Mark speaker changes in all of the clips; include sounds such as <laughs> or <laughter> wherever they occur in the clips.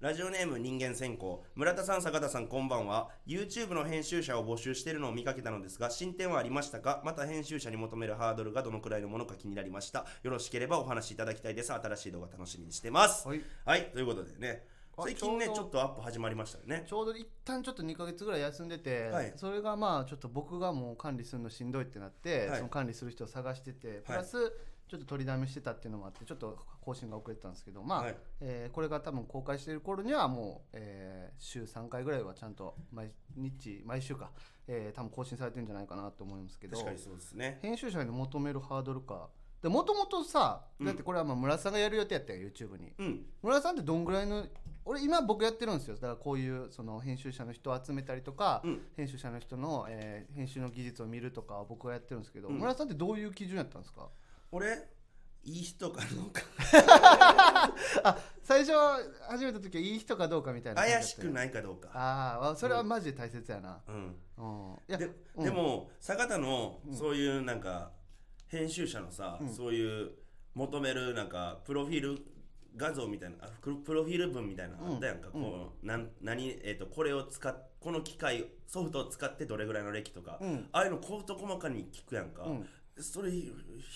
Speaker 1: ラジオネーム人間専攻村田さん坂田さんこんばんは YouTube の編集者を募集しているのを見かけたのですが進展はありましたかまた編集者に求めるハードルがどのくらいのものか気になりましたよろしければお話しいただきたいです新しい動画楽しみにしてます
Speaker 2: はい
Speaker 1: はい、ということでね
Speaker 2: あ
Speaker 1: 最近ね
Speaker 2: ち
Speaker 1: ち
Speaker 2: ょう
Speaker 1: ょ
Speaker 2: ど
Speaker 1: っとアップ始まりましたよね
Speaker 2: ちょうど一旦ちょっと2ヶ月ぐらい休んでて、
Speaker 1: はい
Speaker 2: それがまあちょっと僕がもう管理するのしんどいってなって、
Speaker 1: はい
Speaker 2: その管理する人を探しててプラス、ちょっと取りだめしてたっていうのもあってちょっと更新が遅れてたんですけどまあ、
Speaker 1: はい
Speaker 2: えーこれが多分公開している頃にはもう、えー週3回ぐらいはちゃんと毎日毎週か、えー多分更新されてるんじゃないかなと思いますけど
Speaker 1: 確かにそうですね
Speaker 2: 編集者に求めるハードルかでもともとさだってこれはまあ村田さんがやる予定やったよ YouTube に
Speaker 1: うん
Speaker 2: 村田さんってどんぐらいの俺今僕やってるんですよだからこういうその編集者の人を集めたりとか、
Speaker 1: うん
Speaker 2: 編集者の人の、えー編集の技術を見るとかを僕はやってるんですけど、
Speaker 1: うん
Speaker 2: 村田さんってどういう基準やったんですか
Speaker 1: 俺いい人かどうか
Speaker 2: あ最初始めた時はいい人かどうかみたいな
Speaker 1: 怪しく
Speaker 2: い
Speaker 1: ないかどうか
Speaker 2: あーあそれはマジで大切やな、
Speaker 1: うん
Speaker 2: うん、いや
Speaker 1: で
Speaker 2: うん
Speaker 1: でも坂田のそういうなんか編集者のさ、
Speaker 2: うん
Speaker 1: そういう求めるなんかプロフィール画像みたいなあプロプロフィール文みたいなのあったやんか、
Speaker 2: うん
Speaker 1: こうなん何、えー、とこれを使っこの機械ソフトを使ってどれぐらいの歴とか、
Speaker 2: うん
Speaker 1: ああいうのこと細かに聞くやんか、
Speaker 2: うん
Speaker 1: それ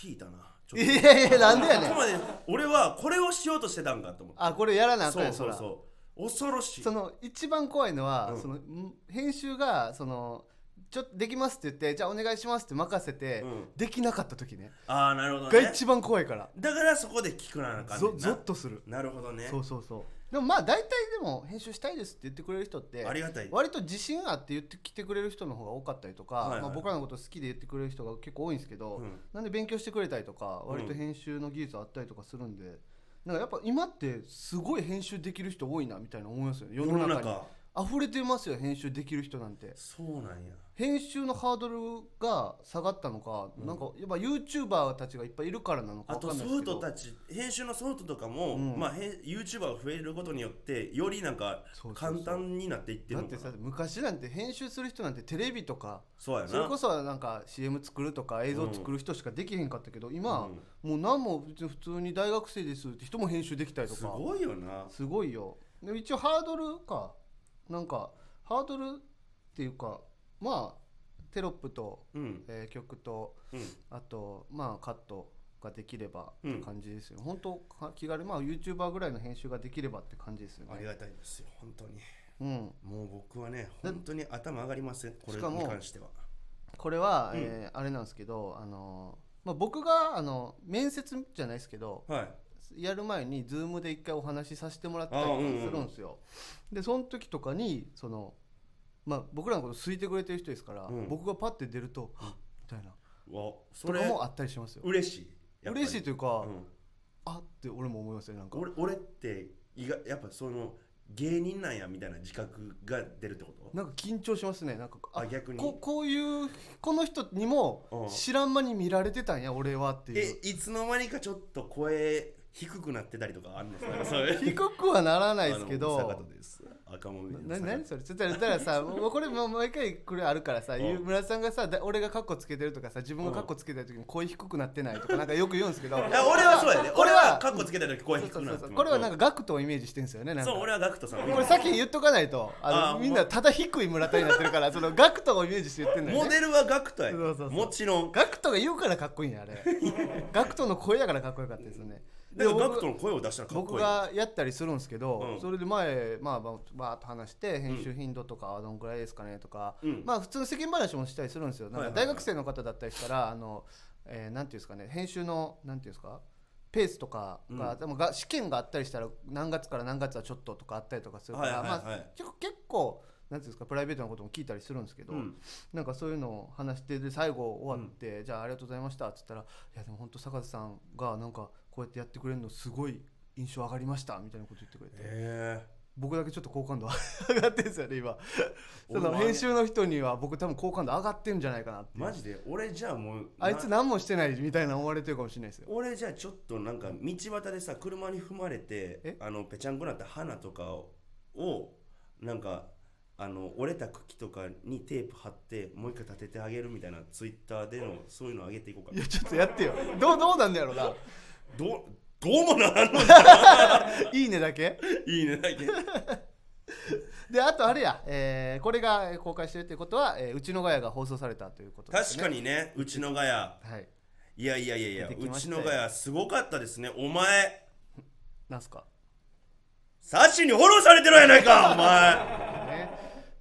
Speaker 1: 引いたなちょっ
Speaker 2: い
Speaker 1: と
Speaker 2: やいやなんでやね
Speaker 1: ここ
Speaker 2: ん
Speaker 1: まで俺はこれをしようとしてたんかと思って
Speaker 2: あこれやらなあかん
Speaker 1: そ
Speaker 2: や
Speaker 1: うそう
Speaker 2: ら
Speaker 1: そう恐ろしい
Speaker 2: その一番怖いのは、
Speaker 1: うん
Speaker 2: そのん編集がそのちょっとできますって言ってじゃあお願いしますって任せて、
Speaker 1: うん
Speaker 2: できなかった時ね
Speaker 1: ああなるほど
Speaker 2: が
Speaker 1: ね
Speaker 2: 一番怖いから、
Speaker 1: だからそこで聞くなあかんね
Speaker 2: ぞ
Speaker 1: ん
Speaker 2: ゾッ
Speaker 1: な
Speaker 2: とする、
Speaker 1: なるほどね
Speaker 2: そうそうそうでもまあ大体でも編集したいですって言ってくれる人って
Speaker 1: ありがたい
Speaker 2: 割と自信あって言ってきてくれる人の方が多かったりとか、
Speaker 1: はいはい
Speaker 2: まあ、僕らのこと好きで言ってくれる人が結構多いんですけど、
Speaker 1: うん
Speaker 2: なんで勉強してくれたりとか割と編集の技術あったりとかするんで、なんかやっぱ今ってすごい編集できる人多いなみたいな思いますよね世
Speaker 1: 世
Speaker 2: の
Speaker 1: の
Speaker 2: 中
Speaker 1: 中
Speaker 2: に溢れてますよ編集できる人なんて
Speaker 1: そうなんや
Speaker 2: 編集のハードルが下がったのか、なんかやっぱ YouTuber たちがいっぱいいるからなのか
Speaker 1: あ
Speaker 2: わかん
Speaker 1: と
Speaker 2: ないで
Speaker 1: ソ
Speaker 2: す
Speaker 1: フ
Speaker 2: けど
Speaker 1: トたち編集のソフトとかも、
Speaker 2: うん
Speaker 1: まあ、へん YouTuber が増えることによってよりなんか
Speaker 2: そうそうそう
Speaker 1: 簡単になっていってる
Speaker 2: だ
Speaker 1: の
Speaker 2: っ
Speaker 1: か
Speaker 2: て
Speaker 1: な
Speaker 2: さ昔なんて編集する人なんてテレビとか
Speaker 1: そうやな
Speaker 2: それこそなんか CM 作るとか映像作る人しかできへんかったけど、今、もう何も別に普通に大学生ですって人も編集できたりとか
Speaker 1: すごいよな
Speaker 2: すごいよでも一応ハードルかなんかハードルっていうかまあテロップと、
Speaker 1: うん
Speaker 2: えー曲と
Speaker 1: うん
Speaker 2: あとまあカットができればっ
Speaker 1: うん
Speaker 2: て感じですよ、本当か気軽にまあ YouTuber ぐらいの編集ができればって感じですよ
Speaker 1: あり
Speaker 2: ね
Speaker 1: がたいですよ本当に
Speaker 2: うん
Speaker 1: もう僕はね本当に頭上がりませんこれ
Speaker 2: しかも
Speaker 1: に関しては
Speaker 2: これは、
Speaker 1: うん
Speaker 2: えーあれなんですけど、あのまあ、僕があの面接じゃないですけど
Speaker 1: はい
Speaker 2: やる前に Zoom で一回お話しさせてもらったりと
Speaker 1: あ
Speaker 2: か
Speaker 1: うんうんうん
Speaker 2: するんですよ。でその時とかにその、まあ、僕らのこと好いてくれてる人ですから、
Speaker 1: うん
Speaker 2: 僕がパッて出ると「はっみたいな
Speaker 1: わそ
Speaker 2: と
Speaker 1: れ
Speaker 2: かもあったりしますよ。
Speaker 1: 嬉しいやっぱり
Speaker 2: 嬉しいというか、
Speaker 1: うん
Speaker 2: あって俺も思いますねなんか
Speaker 1: 俺俺って意外やっぱその芸人なんやみたいな自覚が出るってこと
Speaker 2: なんか緊張しますねなんか
Speaker 1: あ逆に
Speaker 2: ここういうこの人にも
Speaker 1: うん
Speaker 2: 知らん間に見られてたんや俺はっていう
Speaker 1: えいつの間にかちょっと声低くなってたりとかあるんですかそういう
Speaker 2: 低くはならないですけ
Speaker 1: あの
Speaker 2: ど
Speaker 1: 坂田です赤もみの
Speaker 2: な
Speaker 1: 坂田
Speaker 2: 何それちょっとやったらさもうこれもう毎回これあるからさ
Speaker 1: うん
Speaker 2: 村田さんがさだ俺がカッコつけてるとかさ自分がカッコつけてる時に声低くなってないとかなんかよく言うんですけど
Speaker 1: <laughs> いや俺はそうやで
Speaker 2: こ
Speaker 1: 俺
Speaker 2: れは
Speaker 1: はカッコつけた時声
Speaker 2: そう
Speaker 1: 低
Speaker 2: そ
Speaker 1: く
Speaker 2: う
Speaker 1: な
Speaker 2: そ
Speaker 1: って
Speaker 2: うそ
Speaker 1: る
Speaker 2: うこれはなんかガクトをイメージしてるんですよねなんか
Speaker 1: そう俺はガクトさん
Speaker 2: これさっき言っとかないと
Speaker 1: あ
Speaker 2: あの
Speaker 1: ー
Speaker 2: みんなただ低い村田になってるからそのガクトをイメージして言ってんのよ
Speaker 1: モ
Speaker 2: ね
Speaker 1: デルはガクトや
Speaker 2: そうそうそう
Speaker 1: もちろん
Speaker 2: ガクトが言うからかっこいいんやあれガクトの声だからかっこよかったですよね
Speaker 1: だからガ
Speaker 2: 僕
Speaker 1: クトの声を出したらかっ
Speaker 2: 僕
Speaker 1: こいいあ
Speaker 2: がやったりするんですけど、
Speaker 1: うん
Speaker 2: それで前まあまあバーッと話して編集頻度とかはどんぐらいですかねとか、
Speaker 1: うん
Speaker 2: まあ普通の世間話もしたりするんですよなん
Speaker 1: はいはい
Speaker 2: か
Speaker 1: はい
Speaker 2: 大学生の方だったりしたら、あの、えーなんていうんですかね編集のなんていうんですかペースとかが,、
Speaker 1: うん
Speaker 2: でもが試験があったりしたら何月から何月はちょっととかあったりとかするから、
Speaker 1: はいはいはい
Speaker 2: まあ、結構結構なんていうんですかプライベートなことも聞いたりするんですけど、
Speaker 1: うん
Speaker 2: なんかそういうのを話してで最後終わって、じゃあありがとうございましたっつったら「いやでも本当坂田さんがなんかこうやってやってくれるのすごい印象上がりました」みたいなこと言ってくれて、
Speaker 1: へ
Speaker 2: 僕だけちょっと好感度上がってるんですよね <laughs> 今そ
Speaker 1: お
Speaker 2: の
Speaker 1: 前
Speaker 2: 編集の人には僕多分好感度上がってるんじゃないかなって
Speaker 1: えマジで俺じゃあもう
Speaker 2: あいつ
Speaker 1: な
Speaker 2: 何もしてないみたいな思われてるかもしれないですよ
Speaker 1: 俺じゃあちょっとなんか道端でさ車に踏まれて
Speaker 2: え
Speaker 1: あのぺちゃんこなった花とかをなんかあの折れた茎とかにテープ貼ってもう一回立ててあげるみたいなツイッターでのそういうの上げていこうか
Speaker 2: いやちょっとやってよどうどうなんだろうな
Speaker 1: どうどうもならんの
Speaker 2: いいねだけ
Speaker 1: いいねだけ
Speaker 2: であとあれや、えーこれがえー公開してるということは、えーうちのガヤが放送されたということで
Speaker 1: 確
Speaker 2: す、ね、
Speaker 1: かにねうちのガヤ
Speaker 2: にはい
Speaker 1: いやいやいやいや
Speaker 2: 出てき
Speaker 1: う
Speaker 2: まし
Speaker 1: ち
Speaker 2: たよ
Speaker 1: のガヤすごかったですねお前
Speaker 2: なんすか
Speaker 1: サッシーにフォローされてるやないかお前
Speaker 2: ね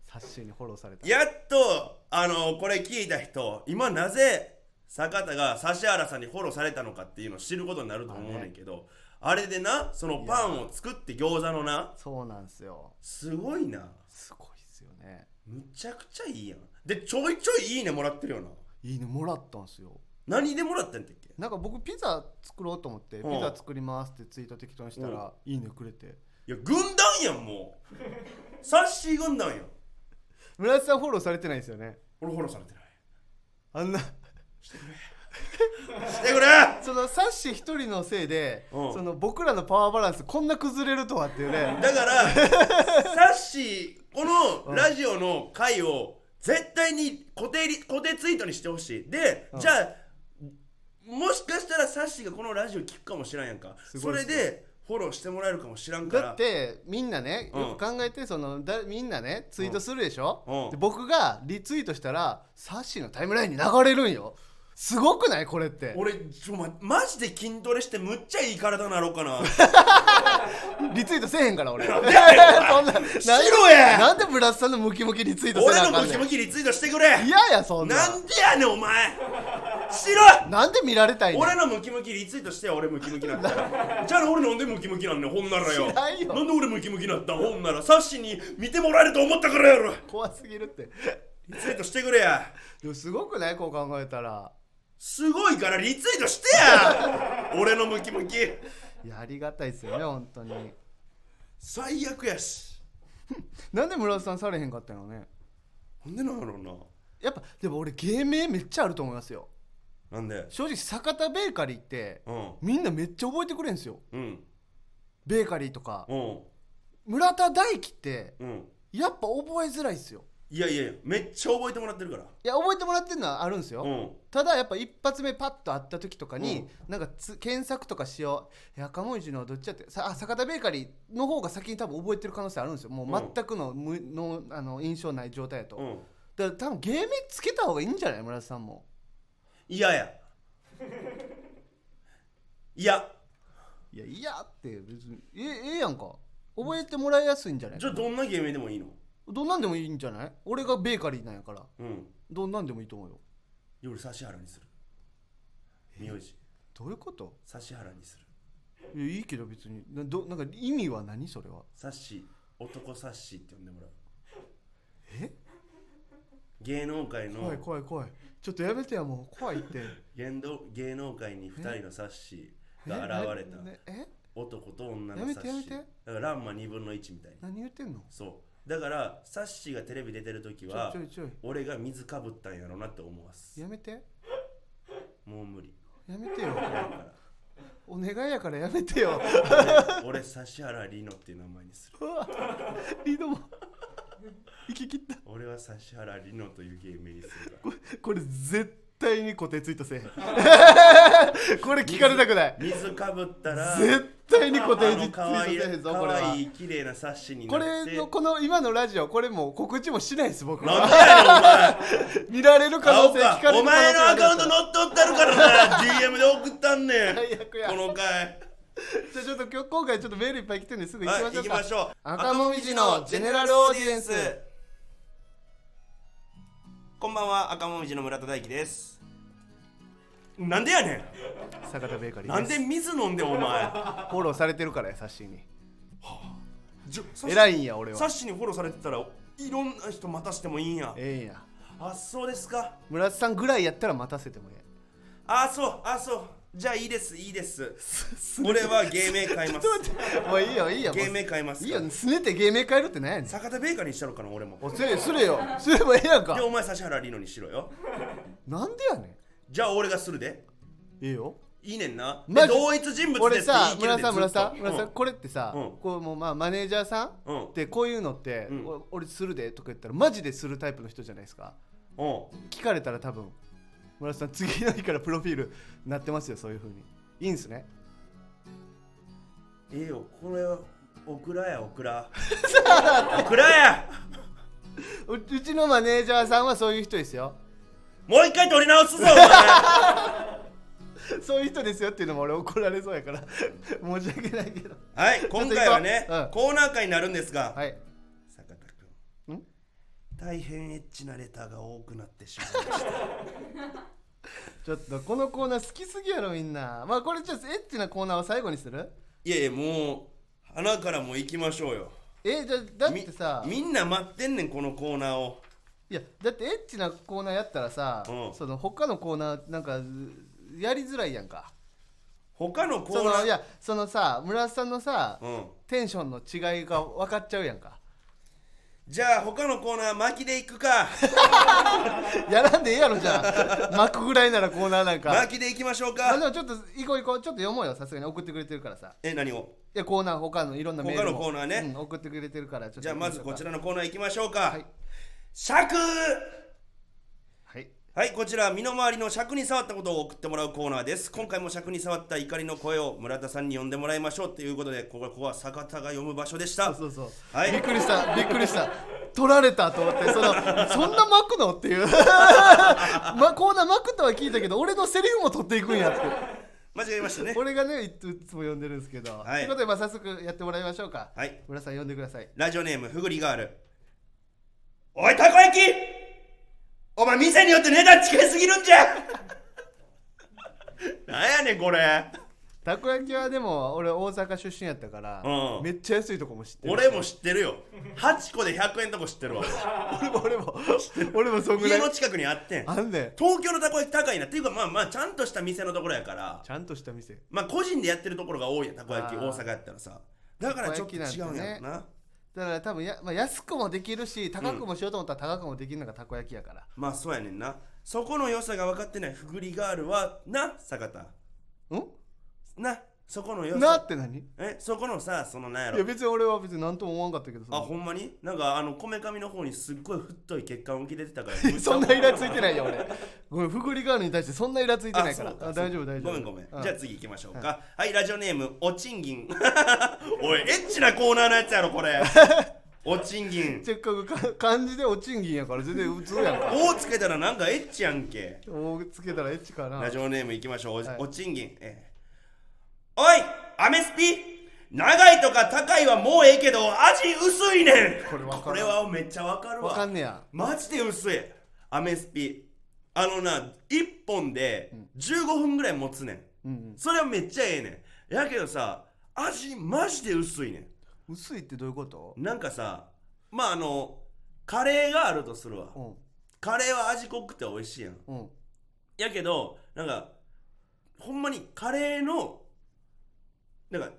Speaker 2: サッシーにフォローされた
Speaker 1: やっとあのこれ聞いた人今なぜ坂田が指原さんにフォローされたのかっていうのを知ることになると思うねんけど、あれでなそのパンを作って餃子のな
Speaker 2: そうなんですよ
Speaker 1: すごいな
Speaker 2: すごいですよね
Speaker 1: むちゃくちゃいいやんでちょいちょいいいねもらってるよない
Speaker 2: いねもらったんすよ
Speaker 1: 何でもらったんだっけ
Speaker 2: なんか僕ピザ作ろうと思って
Speaker 1: うん
Speaker 2: ピザ作りますってツイート適当にしたらいいねくれて
Speaker 1: いや軍団やんもうサッシー軍団やん
Speaker 2: 村瀬さんフォローされてないですよね
Speaker 1: 俺フォローされてない
Speaker 2: あんな <laughs>
Speaker 1: してくれ
Speaker 2: そのサッシ一人のせいで
Speaker 1: うん
Speaker 2: その僕らのパワーバランスこんな崩れるとはっていうね
Speaker 1: だから、サッシー、このラジオの回を絶対に固定り固定ツイートにしてほしい。で、
Speaker 2: うん
Speaker 1: じゃあ、もしかしたらサッシーがこのラジオ聞くかもしらんやんか。
Speaker 2: す
Speaker 1: そ
Speaker 2: ごいっ
Speaker 1: れ
Speaker 2: すね
Speaker 1: でフォローしてもらえるかもしらんか
Speaker 2: だ
Speaker 1: ら
Speaker 2: っ。てみんなね
Speaker 1: うん
Speaker 2: よく考えてそのだみんなねツイートするでし
Speaker 1: うんう
Speaker 2: ょ
Speaker 1: ん
Speaker 2: で僕がリツイートしたらサッシーのタイムラインに流れるんよすごくないこれって
Speaker 1: 俺ちょ、ま、マジで筋トレしてむっちゃいい体なろうかな
Speaker 2: リツイートせえへんから俺 <laughs> そんな
Speaker 1: しろや
Speaker 2: なんでブラスさんのムキムキリツイートせ
Speaker 1: 俺
Speaker 2: なあ
Speaker 1: の
Speaker 2: か
Speaker 1: ム
Speaker 2: んね
Speaker 1: キ
Speaker 2: ん
Speaker 1: ムキリツイートしてくれ
Speaker 2: 嫌やそんな
Speaker 1: なんでやねんお前しろ
Speaker 2: なんで見られたいねん
Speaker 1: 俺のムキムキリツイートしてよ俺ムキムキなったらじゃあ俺なんでムキムキなんねんほんならよ
Speaker 2: 知らんよ
Speaker 1: なんで俺ムキムキなったんほんならサッシに見てもらえると思ったからやろ
Speaker 2: 怖すぎるって
Speaker 1: リツイートしてくれや
Speaker 2: でもすごくないこう考えたら
Speaker 1: すごいからリツイートして <laughs> や俺のムキムキ
Speaker 2: いやありがたいですよね本当に
Speaker 1: 最悪やし
Speaker 2: なんで村田さんされへんかったのね
Speaker 1: ほんでなんやろうな
Speaker 2: やっぱでも俺芸名めっちゃあると思いますよ
Speaker 1: なんで
Speaker 2: 正直坂田ベーカリーって
Speaker 1: うん
Speaker 2: みんなめっちゃ覚えてくれんすよ
Speaker 1: うん
Speaker 2: ベーカリーとか
Speaker 1: うん
Speaker 2: 村田大樹って
Speaker 1: うん
Speaker 2: やっぱ覚えづらいっすよ
Speaker 1: いやいやめっちゃ覚えてもらってるから
Speaker 2: いや覚えてもらってるのはあるんすよ、
Speaker 1: うん
Speaker 2: ただやっぱ一発目パッと会った時とかに、なんかつ検索とかしよう「いや赤文字のどっちやってさあ坂田ベーカリーの方が先に多分覚えてる可能性あるんですよ
Speaker 1: う
Speaker 2: も
Speaker 1: ん
Speaker 2: う全くの,、無のあの印象ない状態やと、
Speaker 1: うん
Speaker 2: だから多分芸名つけた方がいいんじゃない村田さんも
Speaker 1: 嫌やいや
Speaker 2: いやいやって別にえええやんか覚えてもらいやすいんじゃない
Speaker 1: じゃあどんな芸名でもいいの
Speaker 2: どんなんでもいいんじゃない俺がベーカリーなんやから
Speaker 1: うん
Speaker 2: どんなんでもいいと思うよ
Speaker 1: 夜指原にする名字
Speaker 2: どういうこと
Speaker 1: 指原にする
Speaker 2: いやいいけど別になどなんか意味は何それは
Speaker 1: サッシー男サッシーって呼んでもらう
Speaker 2: え
Speaker 1: 芸能界の
Speaker 2: 怖い怖い怖いちょっとやめてやもう怖いって
Speaker 1: 芸能芸能界に2人のサッシーが現れた
Speaker 2: ねえ
Speaker 1: 男と女の
Speaker 2: やめ
Speaker 1: サッ
Speaker 2: て
Speaker 1: シ
Speaker 2: やめ
Speaker 1: ー
Speaker 2: て
Speaker 1: だからランマ2分の1みたいに
Speaker 2: 何言ってんの
Speaker 1: そうだからサッシーがテレビ出てる時
Speaker 2: ちょい
Speaker 1: は
Speaker 2: ちょいちょ
Speaker 1: 俺が水かぶったんやろなって思わ
Speaker 2: い
Speaker 1: す
Speaker 2: やめて
Speaker 1: もう無
Speaker 2: <laughs>
Speaker 1: 理
Speaker 2: やめてよ
Speaker 1: だか
Speaker 2: お願いやからやめてよ
Speaker 1: ら俺指原莉乃っていう名前にする
Speaker 2: うわリードも息切った
Speaker 1: 俺は指原莉乃という芸名にするから
Speaker 2: これ絶対に固定ツイートせえへんこれ聞かれたくない
Speaker 1: 水かぶったら
Speaker 2: 絶対に固定
Speaker 1: あ
Speaker 2: ツイ
Speaker 1: の
Speaker 2: ート
Speaker 1: 可愛
Speaker 2: せ
Speaker 1: い
Speaker 2: えへんぞ
Speaker 1: 可
Speaker 2: これは
Speaker 1: 愛い綺麗な冊子にな
Speaker 2: こ
Speaker 1: って
Speaker 2: れのこの今のラジオこれもう告知もしないです僕
Speaker 1: なん
Speaker 2: は
Speaker 1: でやねんお前
Speaker 2: 見られる可能性
Speaker 1: 青
Speaker 2: 聞か
Speaker 1: か
Speaker 2: れ
Speaker 1: お
Speaker 2: る可能性
Speaker 1: 前のアカウント
Speaker 2: の
Speaker 1: 乗っ取ったるから
Speaker 2: <laughs>
Speaker 1: な DM で送ったんねんこ
Speaker 2: 最悪や
Speaker 1: の回
Speaker 2: じゃあちょっと今日今回ちょっとメールいっぱい来てるんですぐ行きま
Speaker 1: はい
Speaker 2: しょ
Speaker 1: 行
Speaker 2: う
Speaker 1: き
Speaker 2: か、
Speaker 1: ましょう
Speaker 2: 赤もみじのジェネラルオーディエンス
Speaker 1: こんばんは赤もみじの村田大樹ですなんでやね
Speaker 2: 坂田ベーカリ
Speaker 1: ん
Speaker 2: ー
Speaker 1: なんで水飲んでんお前
Speaker 2: フォローされてるからやさっしーに
Speaker 1: <laughs> じょ
Speaker 2: 偉いんや俺は
Speaker 1: 冊子にフォローされてたらいろんな人待たしてもいいんや
Speaker 2: ええんや
Speaker 1: あそうですか
Speaker 2: 村瀬さんぐらいやったら待たせてもえ
Speaker 1: あそうあそうじゃあいいですいいです俺は芸名変えます
Speaker 2: えもういいよいいよもう
Speaker 1: 芸名変えます
Speaker 2: いいよすねて芸名変えるってなんやねん
Speaker 1: 坂田ベーカリーにしたのかな俺も
Speaker 2: おせえすれよすればええやん
Speaker 1: で
Speaker 2: か
Speaker 1: お前指原莉乃にしろよ
Speaker 2: なんでやね
Speaker 1: じゃあ俺がするで
Speaker 2: んええよ
Speaker 1: いいねんなで
Speaker 2: マジ
Speaker 1: 同一人物で
Speaker 2: 俺
Speaker 1: すって
Speaker 2: さ
Speaker 1: 言い切
Speaker 2: 村
Speaker 1: るで
Speaker 2: 瀬さん
Speaker 1: ず
Speaker 2: 村瀬
Speaker 1: っ
Speaker 2: さ
Speaker 1: と
Speaker 2: ん村瀬さん
Speaker 1: うん
Speaker 2: これってさ
Speaker 1: うん
Speaker 2: こうもうまあマネージャーさ
Speaker 1: うん
Speaker 2: んでこういうのって
Speaker 1: うん
Speaker 2: お俺するでとか言ったらマジでするタイプの人じゃないですか
Speaker 1: うん
Speaker 2: 聞かれたら多分村瀬さん次の日からプロフィールなってますよそういう風にいいんすね
Speaker 1: ええよこれはオクラやオクラオクラや
Speaker 2: ううちのマネージャーさんはそういう人ですよ
Speaker 1: もう一回取り直すぞお前
Speaker 2: <laughs> そういう人ですよっていうのも俺怒られそうやから <laughs> 申し訳ないけど
Speaker 1: はい今回はね、
Speaker 2: ちょっと行
Speaker 1: コーナー会になるんですが、
Speaker 2: はい
Speaker 1: 坂田君
Speaker 2: ん
Speaker 1: 大変エッチなレターが多くなってしまいました
Speaker 2: ちょっとこのコーナー好きすぎやろみんなまあこれちょっとエッチなコーナーを最後にする
Speaker 1: いやいやもう花からもう行きましょうよ
Speaker 2: えじゃあだってさ
Speaker 1: みみんな待ってんねんこのコーナーを
Speaker 2: いやだってエッチなコーナーやったらさ、
Speaker 1: うん
Speaker 2: その他のコーナーなんかずやりづらいやんか
Speaker 1: 他のコ
Speaker 2: そ
Speaker 1: ーナ
Speaker 2: の
Speaker 1: ー
Speaker 2: いやそのさ村田さんのさ、
Speaker 1: うん
Speaker 2: テンションの違いが分かっちゃうやんか
Speaker 1: じゃあ他のコーナー巻きで行くか
Speaker 2: やらんでええやろじゃあ <laughs> 巻くぐらいならコーナーなんか
Speaker 1: 巻きで行きましょう
Speaker 2: まあ、
Speaker 1: か
Speaker 2: でもちょっと行こう行こうちょっと読もうよさすがに送ってくれてるからさ
Speaker 1: え何を
Speaker 2: いやコーナー他のいろんなメールも
Speaker 1: 他のコーナーね
Speaker 2: うん送ってくれてるからちょっと
Speaker 1: じゃあまずこち
Speaker 2: ら
Speaker 1: らのコーナー行きましょうか、
Speaker 2: はい
Speaker 1: 尺
Speaker 2: はい
Speaker 1: はいこちら身の回りの尺に触ったことを送ってもらうコーナーです今回も尺に触った怒りの声を村田さんに呼んでもらいましょうということでここここは坂田が読む場所でした
Speaker 2: そうそう、
Speaker 1: はい
Speaker 2: びっくりしたびっくりした取られたと思ってそのそんな巻くのっていう <laughs> まコーナー巻くとは聞いたけど俺のセリフも取っていくんやって
Speaker 1: 間違えましたね
Speaker 2: 俺がねいついつも呼んでるんですけど、
Speaker 1: はい
Speaker 2: ということで、まあ、早速やってもらいましょうか、
Speaker 1: はい
Speaker 2: 村さん呼んでください
Speaker 1: ラジオネームふぐりガールおいたこ焼きお前店によって値段違いすぎるんじゃ <laughs> なんやねんこれ
Speaker 2: たこ焼きはでも俺大阪出身やったから、
Speaker 1: うん
Speaker 2: めっちゃ安いとこも知ってる
Speaker 1: 俺も知ってるよ8個で100円とこ知って <laughs> るわ
Speaker 2: <laughs> 俺も俺も俺もそんぐら
Speaker 1: 家
Speaker 2: い
Speaker 1: の近くにあってん
Speaker 2: あんねん
Speaker 1: 東京のたこ焼き高いなっていうかまあまあちゃんとした店のところやから
Speaker 2: ちゃんとした店
Speaker 1: まあ個人でやってるところが多いやんたこ焼き
Speaker 2: あー
Speaker 1: 大阪やったらさだからちょっと違うんやろな
Speaker 2: だから多分や、まあ、安くもできるし高くもしようと思ったら高くもできるのがたこ焼きやから、
Speaker 1: まあそうやねんなそこの良さが分かってないふぐりガールはな坂田
Speaker 2: うん
Speaker 1: なそこの良
Speaker 2: な
Speaker 1: さ
Speaker 2: って何
Speaker 1: えそこのさそのなんや
Speaker 2: いや
Speaker 1: ろ
Speaker 2: 別に俺は別に何とも思わんかったけど
Speaker 1: あ
Speaker 2: そ
Speaker 1: ほんまになんかあのこめかみの方にすっごい太い血管浮き出てたから
Speaker 2: の <laughs> そんなイラついてないよ俺ごめんふぐりガールに対してそんなイラついてないから
Speaker 1: あ
Speaker 2: あ
Speaker 1: そうか
Speaker 2: 大丈夫大丈
Speaker 1: ご
Speaker 2: 夫
Speaker 1: めんごめん、
Speaker 2: う
Speaker 1: じゃあ次行きましょうかはい、ラジオネームおちんぎん <laughs> おいエッチなコーナーのやつやろこ
Speaker 2: <laughs>
Speaker 1: れおちんぎん
Speaker 2: せっかくか漢字でお賃金やから全然普通やんか
Speaker 1: おつけたらなんかエッチやんけ
Speaker 2: おつけたらエッチかな
Speaker 1: ラジオネーム行きましょうお,、
Speaker 2: はい
Speaker 1: おちんぎん、ええおいアメスピ長いとか高いはもうええけど味薄いねん
Speaker 2: これわかる
Speaker 1: これはめっちゃわかるわ
Speaker 2: わかんねや
Speaker 1: マジで薄いアメスピあのな1本で15分ぐらい持つねん、
Speaker 2: うん
Speaker 1: それはめっちゃええねんやけどさ味マジで薄いね
Speaker 2: 薄いってどういうこと
Speaker 1: んなんかさまああのカレーがあるとするわ
Speaker 2: う
Speaker 1: カレーは味濃くて美味しいやん
Speaker 2: んうん
Speaker 1: やけどなんかほんまにカレーのなんか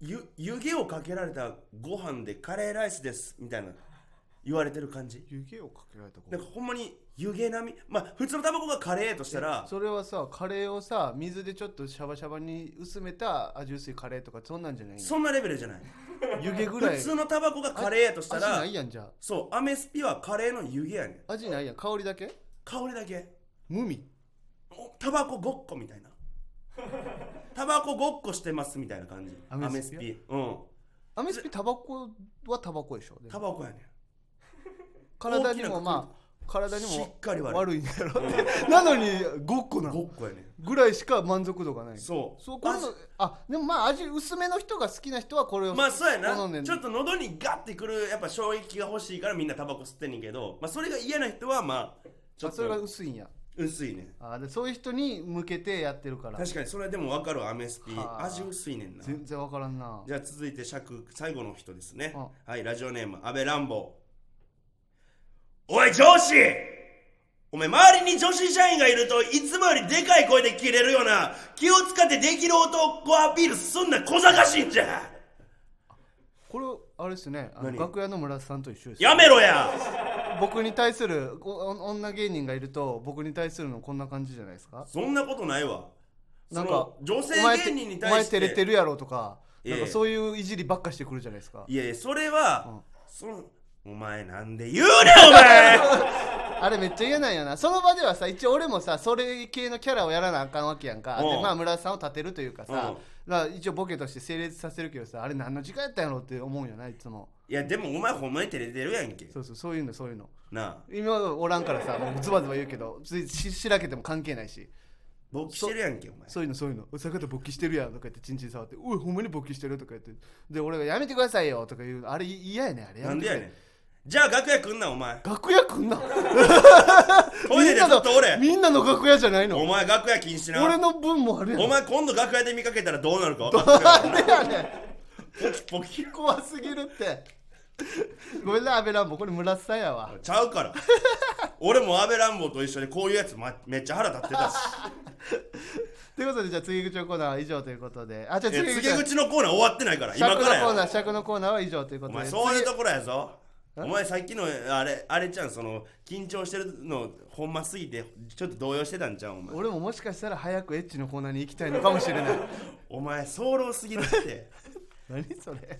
Speaker 1: 湯湯気をかけられたご飯でカレーライスですみたいな言われてる感じ
Speaker 2: 湯気をかけられたこ
Speaker 1: なんかほんまに湯気並みまあ普通のタバコがカレーとしたら
Speaker 2: それはさカレーをさ水でちょっとシャバシャバに薄めた味薄いカレーとかそんなんじゃないの
Speaker 1: そんなレベルじゃない
Speaker 2: 湯気ぐらい
Speaker 1: 普通のタバコがカレーやとした
Speaker 2: 味
Speaker 1: ら
Speaker 2: ないやんじゃ
Speaker 1: そうアメスピはカレーの湯気やねん
Speaker 2: あ味ないやん香りだけ
Speaker 1: 香りだけ
Speaker 2: 無味
Speaker 1: おタバコごっこみた
Speaker 2: <laughs>
Speaker 1: いなタバコごっこしてますみたいな感じア
Speaker 2: アメ
Speaker 1: メス
Speaker 2: スピ
Speaker 1: ピうん
Speaker 2: アメスピタバコはタバコでしょでも
Speaker 1: タバコやねん
Speaker 2: 体に
Speaker 1: 大きな
Speaker 2: もまあ体に
Speaker 1: し
Speaker 2: も
Speaker 1: っかり悪い
Speaker 2: 悪いんだろって <laughs> なのにごっこな
Speaker 1: ご
Speaker 2: の
Speaker 1: っこやねん
Speaker 2: ぐらいしか満足度がない
Speaker 1: そう
Speaker 2: そうこの
Speaker 1: 味
Speaker 2: あでもまあ味薄めの人が好きな人はこれを
Speaker 1: まあそうや
Speaker 2: 好んで
Speaker 1: なんちょっと喉にガッてくるやっぱ衝撃が欲しいからみんなタバコ吸ってんねんけど、まあ、それが嫌な人はまあちょ
Speaker 2: あ
Speaker 1: っ
Speaker 2: それが
Speaker 1: と
Speaker 2: 薄いんや
Speaker 1: 薄いねん
Speaker 2: あでそういう人に向けてやってるから
Speaker 1: 確かにそれでも分かるわアメスピ
Speaker 2: はあ
Speaker 1: 味薄いねんな
Speaker 2: 全然わからんな
Speaker 1: じゃあ続いて尺最後の人ですね
Speaker 2: うん
Speaker 1: はいラジオネーム安倍乱暴おい上司お前周りに女子社員がいるといつもよりでかい声で切れるような気を使ってできる男アピールすんな小賢しいんじゃ
Speaker 2: これあれですねあの
Speaker 1: 何
Speaker 2: 楽屋の村田さんと一緒です
Speaker 1: やめろや
Speaker 2: 僕に対するこお女芸人がいると僕に対するのこんな感じじゃないですか
Speaker 1: そんなことないわ。
Speaker 2: なん
Speaker 1: そ
Speaker 2: か
Speaker 1: の女性
Speaker 2: お前て
Speaker 1: 芸人に対して。
Speaker 2: お前照れてるやろとか
Speaker 1: ええ
Speaker 2: なんかそういういじりばっかしてくるじゃないですか
Speaker 1: いやいや、それは、
Speaker 2: うん
Speaker 1: その、お前なんで言うねんお前
Speaker 2: あれめっちゃ嫌なんやなその場ではさ一応俺もさそれ系のキャラをやらなあかんわけやんか、
Speaker 1: う
Speaker 2: で
Speaker 1: ん
Speaker 2: まあ村田さんを立てるというかさ、
Speaker 1: うん
Speaker 2: だから一応ボケとして成立させるけどさあれ何の時間やったんやろって思うんやないつも
Speaker 1: いやでもお前ほんまに照れてるやんけ
Speaker 2: そうそうそういうのそういうの
Speaker 1: なあ
Speaker 2: 今おらんからさもうズバズバ言うけどついししらけても関係ないし
Speaker 1: 勃起してるやんけお前
Speaker 2: そういうのそういうの「坂田勃起してるやん」とか言ってチンチン触って「おいほんまに勃起してる」とか言ってで俺が「やめてくださいよ」とか言うのあれ嫌やねんあれ
Speaker 1: なんで
Speaker 2: めてく
Speaker 1: や
Speaker 2: れ
Speaker 1: ねんじゃあ楽屋来んなお前
Speaker 2: 楽屋来んな
Speaker 1: <laughs> トイレでずっとおれ
Speaker 2: みんなの楽屋じゃない
Speaker 1: お
Speaker 2: の
Speaker 1: 前楽屋禁止な
Speaker 2: 俺の分もあるやん
Speaker 1: お前今度楽屋で見かけたらどうなるか分かっ
Speaker 2: なんでやねん
Speaker 1: てるポキポキ
Speaker 2: 怖すぎるってごめんなアベランボこれ村田さんやわ
Speaker 1: ちゃうから俺も安倍乱暴と一緒にこういうやつ、ま、めっちゃ腹立ってたし
Speaker 2: ということでじゃあ次口のコーナーは以上ということであじゃあ
Speaker 1: え
Speaker 2: <laughs> 次口
Speaker 1: 告げ口のコーナー終わってないから
Speaker 2: 尺
Speaker 1: 今
Speaker 2: のコ
Speaker 1: から
Speaker 2: ーナ
Speaker 1: や
Speaker 2: ー尺のコーナーは以上というこ
Speaker 1: お
Speaker 2: とで
Speaker 1: 前そういう
Speaker 2: 次
Speaker 1: ところやぞお前さっきのあれあれちゃんその緊張してるのほんますぎてちょっと動揺してたんちゃうお前
Speaker 2: 俺ももしかしたら早くエッチのコーナーに行きたいのかもしれない
Speaker 1: お前早漏すぎるって
Speaker 2: 何それ <laughs>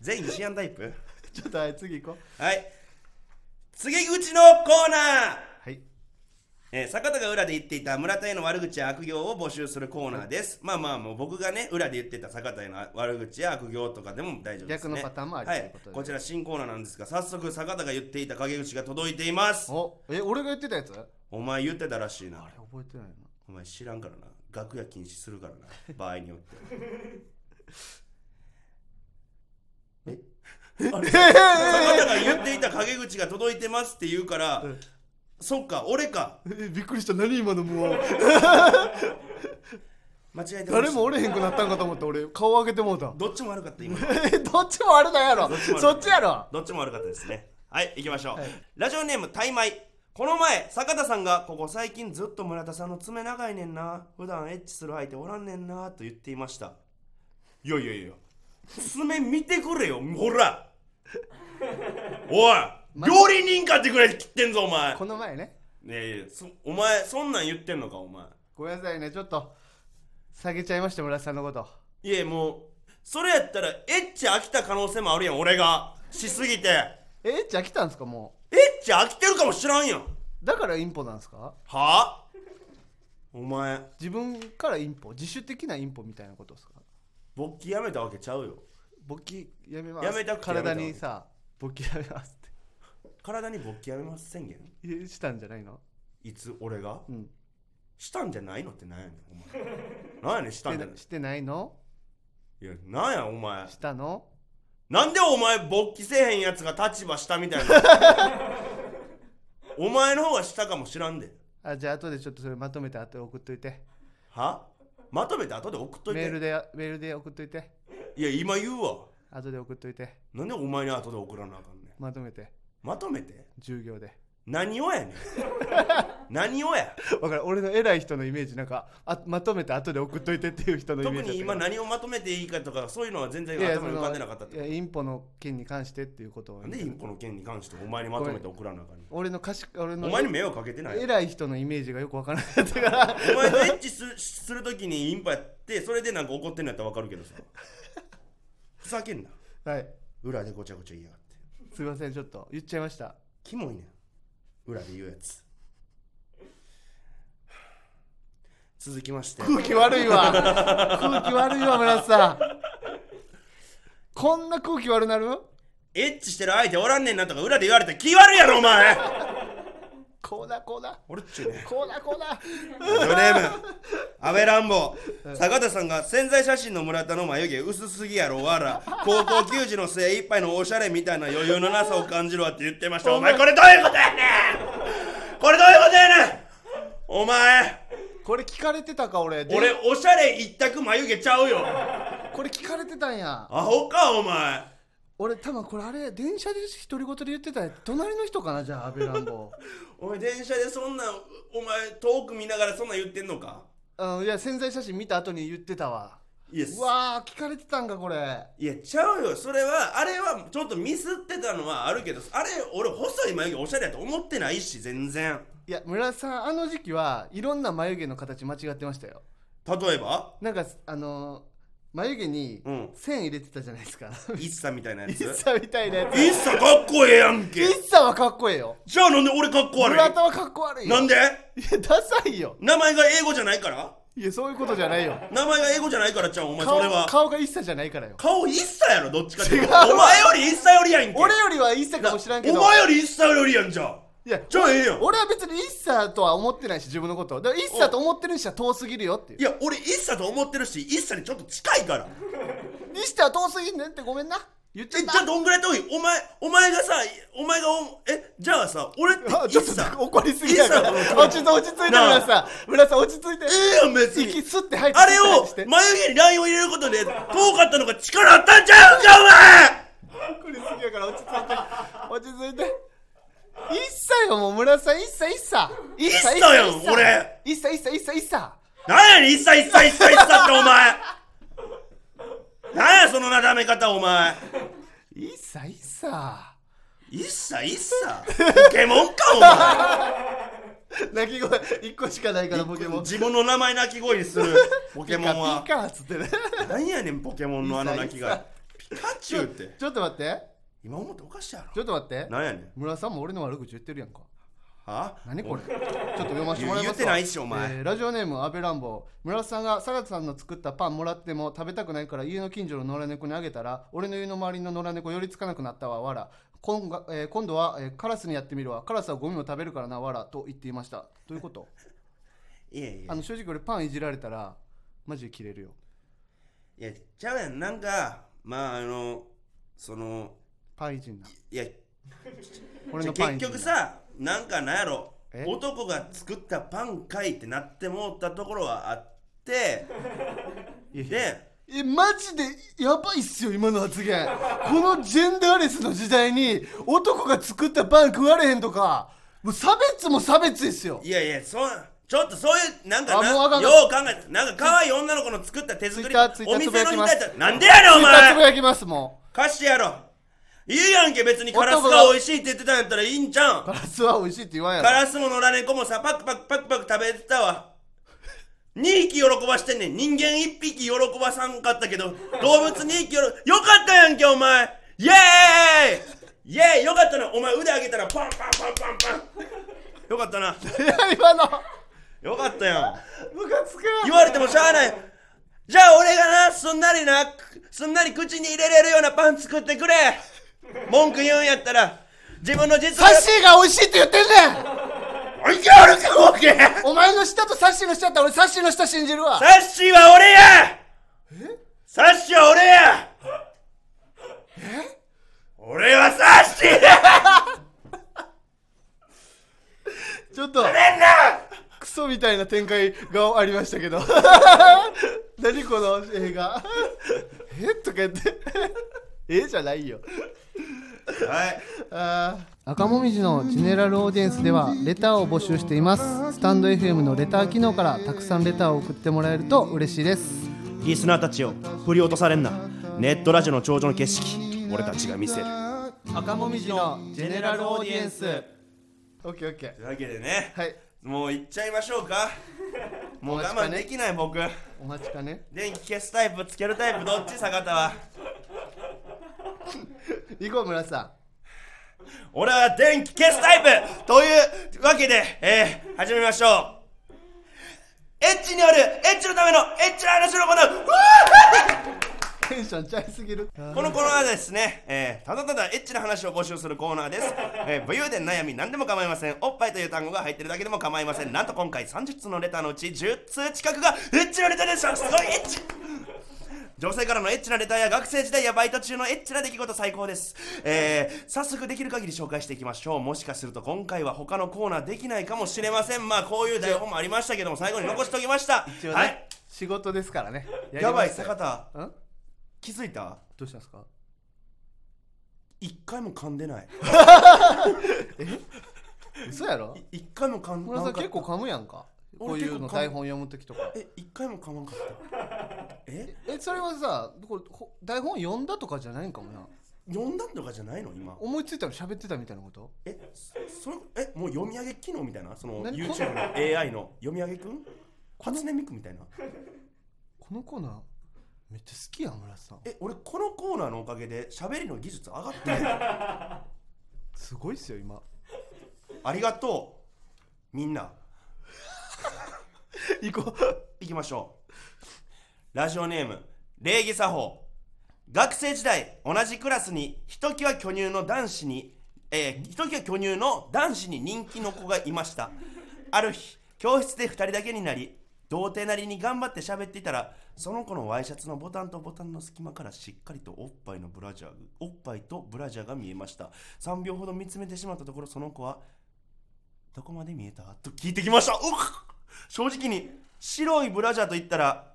Speaker 1: 全員シアンタイプ
Speaker 2: ちょっとはい次行こう
Speaker 1: はい告げ口のコーナー
Speaker 2: はい
Speaker 1: えー坂田が裏で言っていた村田への悪口や悪行を募集するコーナーです。まあまあ、もう僕がね、裏で言ってた坂田への悪口や悪行とかでも大丈夫です、ね。
Speaker 2: 逆のパターンもあり
Speaker 1: は
Speaker 2: という
Speaker 1: い
Speaker 2: こと。で
Speaker 1: こちら新コーナーなんですが、早速坂田が言っていた陰口が届いています。
Speaker 2: おえ俺が言ってたやつあれ
Speaker 1: お前言ってたらしいな。
Speaker 2: 覚えてないな
Speaker 1: お前知らんからな。楽屋禁止するから
Speaker 2: <laughs>
Speaker 1: な。場合によって。坂田が言っていた陰口が届いてますって言うから、そっか、俺か。
Speaker 2: えびっくりした何今の無
Speaker 1: 間違
Speaker 2: 音
Speaker 1: えてました
Speaker 2: 誰もおれへんくなったんかと思った俺顔上げてもうた
Speaker 1: どっちも悪かった、今。
Speaker 2: えどっちもあれだやろ
Speaker 1: ちもあれ
Speaker 2: そっちやろ
Speaker 1: どっちも悪かったですね。はい、行きましょう。ラジオネーム、タイマイ。この前、坂田さんが、ここ最近ずっと村田さんの爪長いねんな。普段エッチする相手おらんねんな、と言っていました。いやいやいや、爪見てくれよ、ほ
Speaker 2: <laughs>
Speaker 1: ら。おい、料理人かってくらい切ってんぞ、お前。
Speaker 2: この前ね
Speaker 1: ねえいやそお前、そんなん言ってんのか、お前。
Speaker 2: ごめんなさいねちょっと下げちゃいました村田さんのこと
Speaker 1: いや、もう、それやったら、エッチ飽きた可能性もあるやん、俺が。しすぎて。
Speaker 2: えエッチ飽きたんですかも
Speaker 1: エッチ飽きてるかもしらんやん。
Speaker 2: うだからインポなんですか
Speaker 1: はあお前
Speaker 2: 自分からインポ自主的なインポみたいなことですか
Speaker 1: 勃起やめたわけちゃうよ
Speaker 2: 勃起やめます
Speaker 1: やめたくてやめた
Speaker 2: 体にさ勃起やめますっ
Speaker 1: 体に勃起やめます宣言
Speaker 2: てえしたんじゃないの
Speaker 1: いつ俺が
Speaker 2: うん
Speaker 1: したんじゃないのってなんやねんお前なんやねんしたんじゃない
Speaker 2: してないの
Speaker 1: いやなんやお前
Speaker 2: したの
Speaker 1: なんでお前勃起せえへんやつが立場したみたいなお前の方がしたかもしらんで
Speaker 2: あじゃあ後でちょっとそれまとめて後で送っといて
Speaker 1: はまとめて後で送っといて
Speaker 2: メールでメールで送っといて
Speaker 1: いや今言うわ
Speaker 2: 後で送っといて
Speaker 1: なんでお前に後で送らなあかんねん
Speaker 2: まとめて
Speaker 1: まとめて
Speaker 2: 10行で
Speaker 1: 何をやねん
Speaker 2: <laughs>
Speaker 1: 何をや
Speaker 2: だからん俺の偉い人のイメージなんかあまとめて後で送っといてっていう人のイ
Speaker 1: 特
Speaker 2: メージ
Speaker 1: に今
Speaker 2: だっ
Speaker 1: 何をまとめていいかとかそういうのは全然
Speaker 2: たからいやい
Speaker 1: 頭
Speaker 2: や
Speaker 1: に浮かんでなかったっ
Speaker 2: その
Speaker 1: て
Speaker 2: いやインポの件に関してっていうことを
Speaker 1: なんでインコの件に関してお前にまとめて送らなあかんねん
Speaker 2: 俺の歌詞俺の
Speaker 1: お前に迷惑かけてないお
Speaker 2: 偉い人のイメージがよくわからなかっ
Speaker 1: <laughs>
Speaker 2: たから
Speaker 1: 前とエッチするするときにインパやってそれでなんか怒ってんのやったらわかるけどさふざけんな
Speaker 2: はい
Speaker 1: 裏でごちゃごちゃ言いやがって
Speaker 2: すいませんちょっと言っちゃいました
Speaker 1: キモいねん裏で言うやつ続きまして
Speaker 2: 空気悪いわ <laughs> 空気悪いわ村田さんこんな空気悪なる
Speaker 1: エッチしてる相手おらんねんなとか裏で言われたら気悪いやろお前
Speaker 2: こうだこうだ
Speaker 1: 俺っちゅうねん
Speaker 2: こうだこうだ
Speaker 1: ラジオネ <laughs> ーム安倍乱暴坂田さんが潜在写真の村田の眉毛薄すぎやろわら高校球児の精一杯のおしゃれみたいな余裕のなさを感じるわって言ってましたお前これどういうことやねんこれどういうことやねんお前
Speaker 2: これ聞かれてたか俺
Speaker 1: 俺おしゃれ一択眉毛ちゃうよ
Speaker 2: これ聞かれてたんや
Speaker 1: アホかお前
Speaker 2: 俺多分これあれ電車で独り言で言ってたやつ隣の人かなじゃあ安倍乱 <laughs> 暴
Speaker 1: お前電車でそんなんお前遠く見ながらそんなん言ってんのか
Speaker 2: あのいや潜在写真見た後に言ってた
Speaker 1: <laughs>
Speaker 2: わ
Speaker 1: いや
Speaker 2: うわー聞かれてたんかこれ
Speaker 1: いやちゃうよそれはあれはちょっとミスってたのはあるけどあれ俺細い眉毛おしゃれやと思ってないし全然
Speaker 2: いや村田さんあの時期はいろんな眉毛の形間違ってましたよ
Speaker 1: 例えば
Speaker 2: なんかあのー眉毛に
Speaker 1: うん
Speaker 2: 線入れてたじゃないですか
Speaker 1: 一茶 <laughs> みたいなやつ
Speaker 2: イッサみたいなやつ
Speaker 1: 一茶かっこええやん
Speaker 2: イッ
Speaker 1: け
Speaker 2: サはかっこええよ
Speaker 1: じゃあなんで俺かっこ悪
Speaker 2: 村田
Speaker 1: い
Speaker 2: はかっこ悪いよ
Speaker 1: なんで
Speaker 2: いやダサいよ
Speaker 1: 名前が英語じゃないから
Speaker 2: いやそういうことじゃないよ
Speaker 1: 名前が英語じゃないからちゃんお前そ
Speaker 2: 顔
Speaker 1: れは
Speaker 2: 顔がイッサじゃないからよ
Speaker 1: 顔一茶やろどっちかっていうと
Speaker 2: 違うわ
Speaker 1: お前より一茶よりやんけ
Speaker 2: 俺よりはイッサかもしらんけど
Speaker 1: お前より一茶よりやんじゃん
Speaker 2: いや
Speaker 1: じゃあええやん
Speaker 2: 俺は別にイッサとは思ってないし自分のことをだからイッサと思ってる人は遠すぎるよっていう
Speaker 1: いや俺一茶と思ってるし一茶にちょっと近いから
Speaker 2: イッサは遠すぎんねんってごめんな言っちゃっ
Speaker 1: えじ
Speaker 2: た
Speaker 1: ゃあどんぐらい遠いお前お前がさお前がおえじゃあさ俺って
Speaker 2: あちょ
Speaker 1: 一
Speaker 2: っ
Speaker 1: 茶
Speaker 2: と怒りすぎやから
Speaker 1: イッサ
Speaker 2: 落ち着落ち着いて
Speaker 1: なあ
Speaker 2: 村さん村さん落ち着いて
Speaker 1: ええやん別に
Speaker 2: 息吸って入って
Speaker 1: あれを
Speaker 2: 吸って入
Speaker 1: 眉毛にラインを入れることで遠かったのが力あったんちゃうんか
Speaker 2: って怒りすぎやから落ち着いて落ち着いて一切よもう村さん一切一切
Speaker 1: 一切やん俺
Speaker 2: 一切一切一切一切
Speaker 1: お前なんやねん一切一切一切一切ってお前なんやそのなだめ方お前
Speaker 2: 一切一切
Speaker 1: 一切一切ポケモンか
Speaker 2: 鳴き声一個しかないから
Speaker 1: お
Speaker 2: ポケ
Speaker 1: 前
Speaker 2: モン
Speaker 1: 自分の名前鳴き声にするポケモンは
Speaker 2: ピカピカっつってね
Speaker 1: なんやねんポケモンのあの鳴き声ピカチュウって
Speaker 2: <laughs> ちょっと待って
Speaker 1: 今思っておかしいや
Speaker 2: ちょっと待って
Speaker 1: ろなんやねん
Speaker 2: 村さんも俺の悪口言ってるやんか
Speaker 1: は
Speaker 2: 何これちょっと読ませてもらいますわ
Speaker 1: 言ってないしお前
Speaker 2: えーラジオネーム安倍乱暴村田さんが佐賀さんの作ったパンもらっても食べたくないから家の近所の野良猫にあげたら俺の家の周りの野良猫寄りつかなくなったわわら今が、えー今度は、えーカラスにやってみるわカラスはゴミを食べるからなわらと言っていましたどういうこと
Speaker 1: いやい
Speaker 2: あ
Speaker 1: や
Speaker 2: の正直俺パンいじられたらマジで切れるよ
Speaker 1: いやちゃうやんなんかまああのその
Speaker 2: パンいじんない
Speaker 1: や
Speaker 2: 俺の
Speaker 1: じゃあ
Speaker 2: パンい
Speaker 1: 結
Speaker 2: じん
Speaker 1: 局
Speaker 2: な
Speaker 1: さなんかなんやろ
Speaker 2: え
Speaker 1: 男が作ったパンかいってなってもったところはあって
Speaker 2: いやいや
Speaker 1: で
Speaker 2: えマジでやばいっすよ今の発言このジェンダーレスの時代に男が作ったパン食われへんとかもう差別も差別ですよ
Speaker 1: いやいやそんちょっとそういうなんか
Speaker 2: あ
Speaker 1: な
Speaker 2: もうあかん
Speaker 1: よう考えてなんか可愛い女の子の作った手作り
Speaker 2: Twitter Twitter
Speaker 1: お店の人
Speaker 2: つ
Speaker 1: や
Speaker 2: ぶ
Speaker 1: っ
Speaker 2: や
Speaker 1: た
Speaker 2: きます
Speaker 1: なんでやねんお
Speaker 2: 今つぶ
Speaker 1: 前
Speaker 2: やきますも
Speaker 1: 貸してやろいいやんけ別にカラス
Speaker 2: 男が
Speaker 1: が美味しいって言ってたんやったらいいんちゃうん
Speaker 2: うカラスは美味しいって言わんや
Speaker 1: カ
Speaker 2: ろ
Speaker 1: ラスも野良猫もさパクパクパクパク食べてたわ2匹喜ばしてんねん人間1匹喜ばさんかったけど動物2匹喜よかったやんけお前イエーイイエーイよかったなお前腕上げたらパンパンパンパンパンよかったない
Speaker 2: や今の
Speaker 1: よかったやん
Speaker 2: ムカつく
Speaker 1: 言われてもしゃあないじゃあ俺がなすんなりなくすんなり口に入れれるようなパン作ってくれ文句言うんやったら自分の実
Speaker 2: サッシーが美味しいって言ってんねん
Speaker 1: おいけあるかもけ
Speaker 2: お前の舌とサッシーの舌やったら俺サッシーの舌信じるわ
Speaker 1: サッシーは俺やサッシーは俺やえ俺はサッシーや
Speaker 2: ちょっと
Speaker 1: めんな
Speaker 2: クソみたいな展開がありましたけど <laughs> 何この映画 <laughs> えとか言って <laughs> えじゃないよ
Speaker 1: はい
Speaker 2: 赤もみじのジェネラルオーディエンスではレターを募集していますスタンド FM のレター機能からたくさんレターを送ってもらえると嬉しいです
Speaker 1: リスナーたちを振り落とされんなネットラジオの頂上の景色俺たちが見せる
Speaker 2: 赤もみじのジェネラルオーディエンスオッケーオッケ
Speaker 1: というわけでね
Speaker 2: ーはい
Speaker 1: もう行っちゃいましょうかもう我慢できない僕
Speaker 2: お待ちかね
Speaker 1: 電気消すタイプつけるタイプどっち坂田は
Speaker 2: 行こう村さ
Speaker 1: 俺は電気消すタイプというわけで、えー、始めましょうエッチによるエッチのためのエッチな話のコーナーうわ
Speaker 2: んテンションちゃいすぎる
Speaker 1: ーこのコーナーはですね、えー、ただただエッチな話を募集するコーナー
Speaker 2: <laughs>
Speaker 1: です、えー、武勇伝悩み何でも構いませんおっぱいという単語が入ってるだけでも構いませんなんと今回30通のレターのうち10通近くがエッチなレターでしたすごいエッチ女性からのエッチなレターや学生時代やバイト中のエッチな出来事最高です、えー、早速できる限り紹介していきましょうもしかすると今回は他のコーナーできないかもしれませんまあこういう台本もありましたけども最後に残しておきました
Speaker 2: 一応ね
Speaker 1: はい
Speaker 2: 仕事ですからねり
Speaker 1: やばい
Speaker 2: ます
Speaker 1: 坂田
Speaker 2: ん
Speaker 1: 気づいた
Speaker 2: どうしたんですか
Speaker 1: 一回も噛んでない
Speaker 2: 嘘やろ
Speaker 1: い一回も噛ん
Speaker 2: 村
Speaker 1: なん
Speaker 2: さん
Speaker 1: かっ
Speaker 2: 結
Speaker 1: た
Speaker 2: 構噛むやんかこういうの台本読む時とか
Speaker 1: え一回も噛まんかったえ
Speaker 2: えそれはさこれほ台本読んだとかじゃないんかもな
Speaker 1: 読んだとかじゃないの今
Speaker 2: 思いついたの喋ってたみたいなこと
Speaker 1: えそそえもう読み上げ機能みたいなその
Speaker 2: 何
Speaker 1: YouTube の AI の読み上げくん初音ミクみたいな
Speaker 2: このコーナーめっちゃ好きやん村田さん
Speaker 1: え俺このコーナーのおかげで喋りの技術上がってる
Speaker 2: すごいっすよ今
Speaker 1: ありがとうみんな
Speaker 2: <laughs> 行こう
Speaker 1: 行きましょうラジオネーム礼儀作法学生時代同じクラスにひときわ巨乳の男子に、えーひときわ巨乳の男子に人気の子がいましたある日教室で2人だけになり童貞なりに頑張って喋っていたらその子のワイシャツのボタンとボタンの隙間からしっかりとおっぱいのブラジャーおっぱいとブラジャーが見えました3秒ほど見つめてしまったところその子は「どこまで見えた?」と聞いてきましたうっ正直に白いブラジャーと言ったら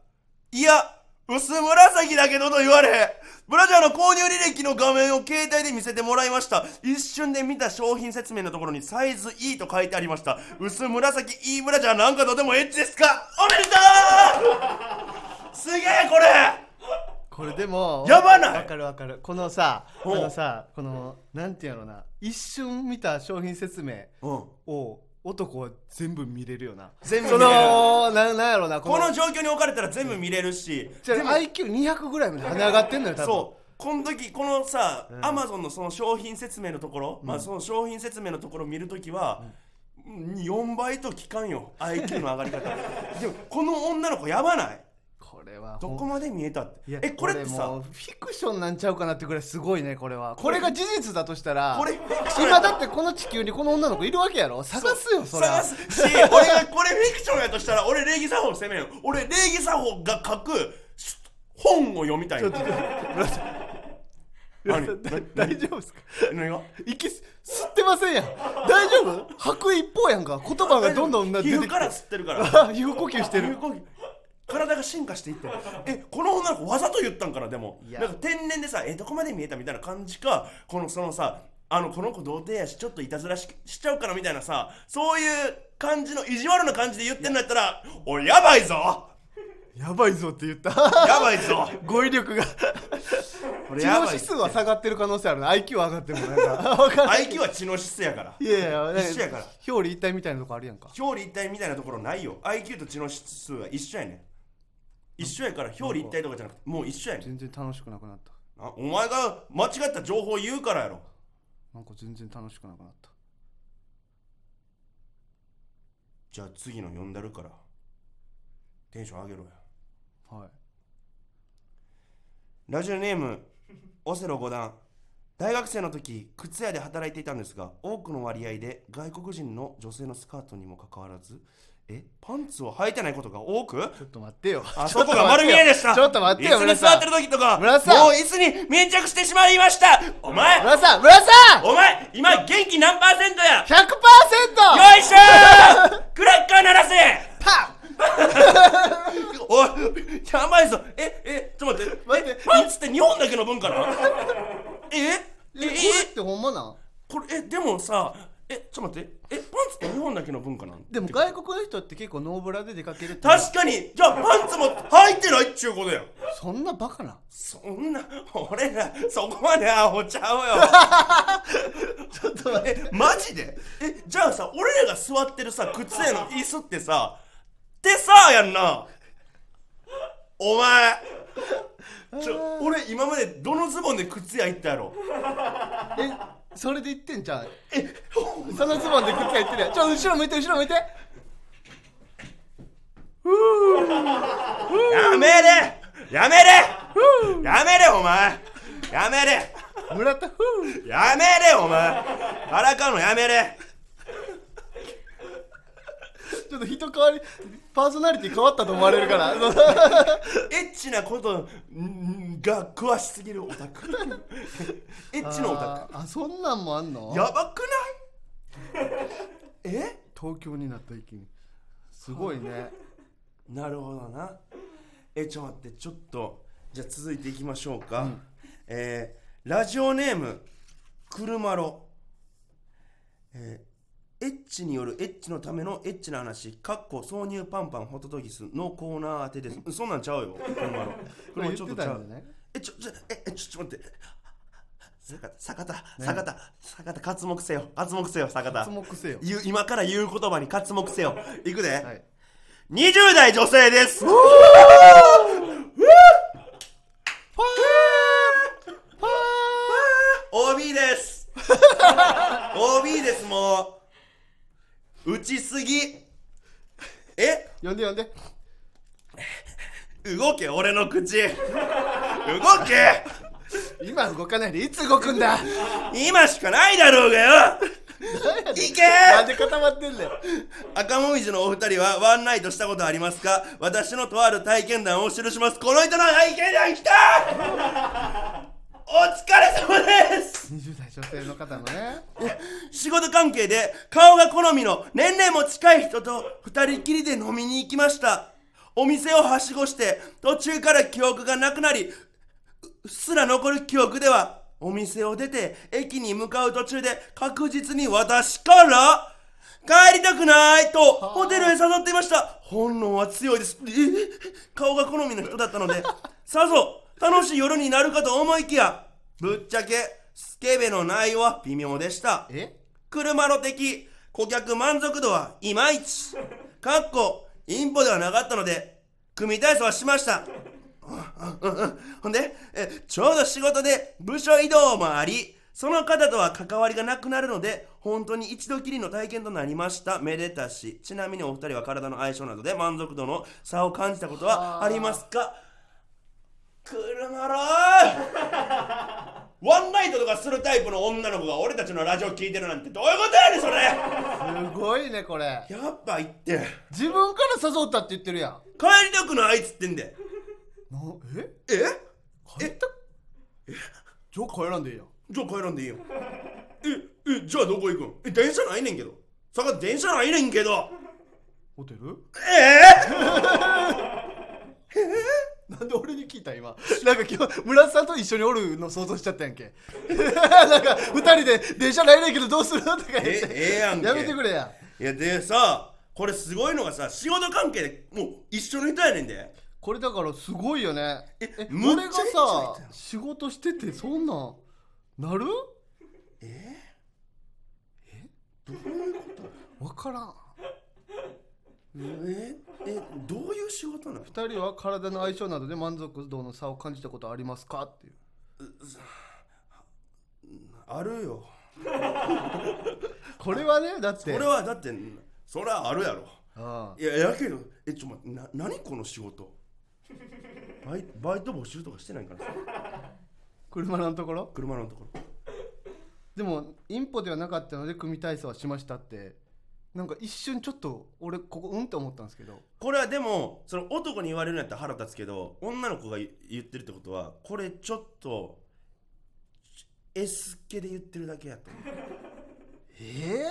Speaker 1: いや薄紫だけどと言われブラジャーの購入履歴の画面を携帯で見せてもらいました一瞬で見た商品説明のところにサイズ E と書いてありました薄紫 E ブラジャーなんかとてもエッチですかおめでとうすげえこれ
Speaker 2: これでも
Speaker 1: やばない
Speaker 2: わかるわかるこのさあ
Speaker 1: うん
Speaker 2: のさこのなんていうのな一瞬見た商品説明
Speaker 1: うん
Speaker 2: を男は全部見れるよな
Speaker 1: 全部見
Speaker 2: そ
Speaker 1: れる
Speaker 2: のななんやろなこ
Speaker 1: この
Speaker 2: の
Speaker 1: 状況に置かれたら全部見れるし
Speaker 2: じゃあ IQ200 ぐらいまで跳ね上がってんのよ多分
Speaker 1: そうこの時このさ、
Speaker 2: ん
Speaker 1: アマゾンのその商品説明のところ、まあその商品説明のところを見るときは、4倍と聞かんよ IQ の上がり方
Speaker 2: <laughs>
Speaker 1: でもこの女の子やばない
Speaker 2: これは
Speaker 1: ど
Speaker 2: ほん
Speaker 1: こまで見えたって
Speaker 2: いや
Speaker 1: えこれって
Speaker 2: もう
Speaker 1: さ
Speaker 2: フィクションなんちゃうかなってぐらいすごいねこれはこれが事実だとしたら
Speaker 1: これフィクションや
Speaker 2: 今
Speaker 1: と
Speaker 2: だってこの地球にこの女の子いるわけやろ探すよそら
Speaker 1: 探すし俺がこれフィクションやとしたら俺礼儀作法を責めんよ俺礼儀作法が書く本を読みたい
Speaker 2: ちょ
Speaker 1: の
Speaker 2: っとちょっと村田さん村
Speaker 1: 何
Speaker 2: 田さんだ <laughs> 大丈夫ですか
Speaker 1: 何が
Speaker 2: 息吸ってませんやん大丈夫吐く一方やんか言葉がどんどんな
Speaker 1: 皮
Speaker 2: 出てき
Speaker 1: 膚
Speaker 2: て
Speaker 1: から吸ってるから
Speaker 2: あ <laughs> 皮膚呼吸して
Speaker 1: 皮
Speaker 2: る
Speaker 1: 膚呼吸体が進化してい
Speaker 2: <laughs>
Speaker 1: ってえこの女の子わざと言ったんかなでも
Speaker 2: いや
Speaker 1: なんか天然でさえどこまで見えたみたいな感じかこのそのさあのこの子童貞やしちょっといたずらししちゃうからみたいなさそういう感じの意地悪な感じで言ってんだったらおいやばいぞ
Speaker 2: やばいぞって言った <laughs>
Speaker 1: やばいぞ
Speaker 2: 語彙力が
Speaker 1: こ
Speaker 2: 知能指数は下がってる可能性あるな IQ は上がってるもんなんか
Speaker 1: <laughs>
Speaker 2: 分からん
Speaker 1: IQ は知能指数やから
Speaker 2: いやいやなん
Speaker 1: 一緒やから
Speaker 2: 表裏一体みたいなとこあるやんか
Speaker 1: 表裏一体みたいなところないよ IQ と知能指数は一緒やねん一緒やから表裏一体とかじゃなくてもう一緒やねん
Speaker 2: 全然楽しくなくなった
Speaker 1: あお前が間違った情報を言うからやろ
Speaker 2: なんか全然楽しくなくなった
Speaker 1: じゃあ次の呼んだるからテンション上げろや
Speaker 2: はい
Speaker 1: ラジオネーム <laughs> オセロ五段大学生の時靴屋で働いていたんですが多くの割合で外国人の女性のスカートにもかかわらずえパンツを履いてないことが多く
Speaker 2: ちょっと待ってよ
Speaker 1: あそこが丸見えでした
Speaker 2: ちょっと待ってよ
Speaker 1: 椅子に
Speaker 2: 村
Speaker 1: 座
Speaker 2: さ
Speaker 1: っ
Speaker 2: ん
Speaker 1: てる時とかもう
Speaker 2: 村さん
Speaker 1: 椅子に粘着してしまいましたお前
Speaker 2: 村さん村さん
Speaker 1: お前今元気何パーセント
Speaker 2: <laughs>
Speaker 1: やよ
Speaker 2: 100%!
Speaker 1: いしょークラッカー鳴らせ
Speaker 2: パ
Speaker 1: おいやばいぞええちょっと待って
Speaker 2: ン待って
Speaker 1: パンツって日本だけの文化なのえええ
Speaker 2: えこれってほんまなん
Speaker 1: これえでもさえちょっと待ってえパンツって日本だけの文化なの
Speaker 2: でも外国の人って結構ノーブラで出かけるって
Speaker 1: 確かにじゃあパンツも履いてないっちゅうことや
Speaker 2: そんなバカな
Speaker 1: そんな俺らそこまでアホちゃ
Speaker 2: ちょっと待
Speaker 1: うよ <laughs> えマジでえじゃあさ俺らが座ってるさ靴への椅子ってさ手さやんなお前ちょ俺今までどのズボンで靴屋行ったやろ
Speaker 2: えそれで言ってんじゃんえそのズボンで靴が言ってるやんちょ後ろ向いて後ろ向いて
Speaker 1: やめれやめれやめれお前やめれ
Speaker 2: 村田ふう
Speaker 1: やめれお前からかうのやめれ
Speaker 2: ちょっと人変わりパーソナリティ変わったと思われるから <laughs>
Speaker 1: エッチなことんが詳しすぎるオタ <laughs> クエッチのオタ
Speaker 2: あーあそんなんもあんの
Speaker 1: クやばく
Speaker 2: <laughs>
Speaker 1: ないえ
Speaker 2: 東京になった一気にすごいね
Speaker 1: なるほどなえちょっと待ってちょっとじゃあ続いていきましょうか、えーラジオネームくるまろえーエッチによるエッチのためのエッチな話かっこ挿入パンパンホトトギスのコーナー当てですうんそんなんちゃうよくるまろ
Speaker 2: <laughs> これ言ってたんだね
Speaker 1: えちょちょええちょちょっと待って坂田坂田坂田坂田活目せよ活目せよ坂田
Speaker 2: 脱目せよ
Speaker 1: 言う今から言う言葉に活目せ
Speaker 2: <laughs>
Speaker 1: よいくで、
Speaker 2: はい
Speaker 1: 20代女性です。
Speaker 2: <laughs>
Speaker 1: もう打ちすぎえ
Speaker 2: 呼んで呼んで
Speaker 1: 動け俺の口動け
Speaker 2: 今動かないでいつ動くんだ
Speaker 1: 今しかないだろうがよいけ
Speaker 2: なんで固まってんだよ
Speaker 1: 赤もみじのお二人はワンナイトしたことありますか私のとある体験談を記しますこの人の体験談
Speaker 2: <laughs>
Speaker 1: 来たお疲れ様です
Speaker 2: 20代女性の方のね
Speaker 1: 仕事関係で顔が好みの年齢も近い人と二人きりで飲みに行きましたお店をはしごして途中から記憶がなくなりううっすら残る記憶ではお店を出て駅に向かう途中で確実に私から帰りたくないとホテルへ誘っていました本能は強いですえ顔が好みの人だったのでさぞ楽しい夜になるかと思いきやぶっちゃけスケベの内容は微妙でした
Speaker 2: え
Speaker 1: 車の敵顧客満足度はいまいちかっこインポではなかったので組体操はしましたうんうんうんほんでえちょうど仕事で部署移動もありその方とは関わりがなくなるので本当に一度きりの体験となりましためでたしちなみにお二人は体の相性などで満足度の差を感じたことはありますか車ろワンナイトとかするタイプの女の子が俺たちのラジオ聞いてるなんてどういうことやねんそれ
Speaker 2: すごいねこれ
Speaker 1: やっぱ言って
Speaker 2: 自分から誘ったって言ってるやん
Speaker 1: 帰りたくないっつってんで
Speaker 2: なえ
Speaker 1: え
Speaker 2: 帰ったじゃあ帰らんでいいやん
Speaker 1: じゃあ帰らんでいいよええじゃあどこ行くんえ電車ないねんけど坂田電車ないねんけど
Speaker 2: ホテル
Speaker 1: え
Speaker 2: なんで俺に聞いた今なんか今日村田さんと一緒におるの想像しちゃったやんけ <laughs> なんか二人で電車ないねんけどどうするとか言っ
Speaker 1: ええ
Speaker 2: て
Speaker 1: えやんけ
Speaker 2: やめてくれや
Speaker 1: いやでさこれすごいのがさ仕事関係でもう一緒の人やねんで
Speaker 2: これだからすごいよね
Speaker 1: え
Speaker 2: え
Speaker 1: むっちゃい
Speaker 2: 俺が
Speaker 1: いじゃない
Speaker 2: さ仕事しててそんなんなる
Speaker 1: どういうこと
Speaker 2: 分からん
Speaker 1: ええどういう仕事なの
Speaker 2: 2人は体の相性などで満足度の差を感じたことありますかっていう
Speaker 1: あるよ
Speaker 2: これはねだって
Speaker 1: 俺はだってそれはあるやろ
Speaker 2: ああ
Speaker 1: いややけどえちょっと待ってな何この仕事 <laughs> バイバイト募集とかしてないんから
Speaker 2: 車のところ
Speaker 1: 車のところ
Speaker 2: でもインポではなかったので組体操はしましたってなんか一瞬ちょっと俺ここうんって思ったんですけど
Speaker 1: これはでもその男に言われるんやったら腹立つけど女の子が言言ってるってことはこれちょっとち S 系で言ってるだけや
Speaker 2: <laughs>
Speaker 1: と思
Speaker 2: え
Speaker 1: う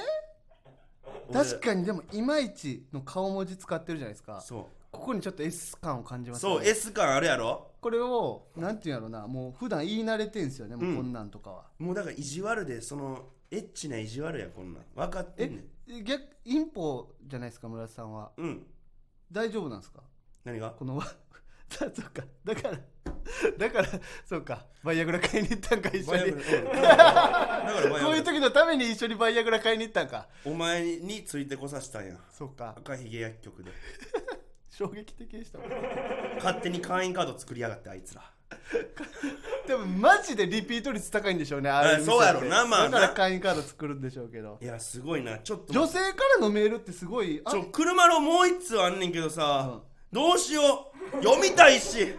Speaker 2: え確
Speaker 1: に
Speaker 2: かにでもいまいちの顔文字使ってるじゃないですか
Speaker 1: そ
Speaker 2: ここにちょっと S 感を感じ
Speaker 1: う
Speaker 2: ますね
Speaker 1: そう S 感あるやろ
Speaker 2: これをなんていうんやろうなもう普段言い慣れてんすよねもううんこんなんとかは、
Speaker 1: もうだから意地悪でそのエッチな意地悪やこんなん分かってんねん
Speaker 2: え逆インポじゃないですか村田さんは
Speaker 1: うん
Speaker 2: 大丈夫なんですか
Speaker 1: 何が
Speaker 2: この <laughs> わだそうかだからだからそうかバイアグラ買いに行ったんか一緒
Speaker 1: バイアグ
Speaker 2: に
Speaker 1: ラうんだからバイア
Speaker 2: こういう
Speaker 1: グラ
Speaker 2: 時のために一緒にバイアグラ買いに行ったんか
Speaker 1: お前についてこさせたんや
Speaker 2: そうか
Speaker 1: 赤ひげ薬局で
Speaker 2: 衝撃的でしたもん
Speaker 1: 勝手に会員カード作りやがってあいつら
Speaker 2: でもマジでリピート率高いんでしょうねあ
Speaker 1: あ
Speaker 2: れ
Speaker 1: そうやろなまあな
Speaker 2: だから会員カード作るんでしょうけど
Speaker 1: いやすごいなちょっと
Speaker 2: 女性からのメールってすごいあ
Speaker 1: ちょ車のもう一通あんねんけどさ、どうしよう読みたいし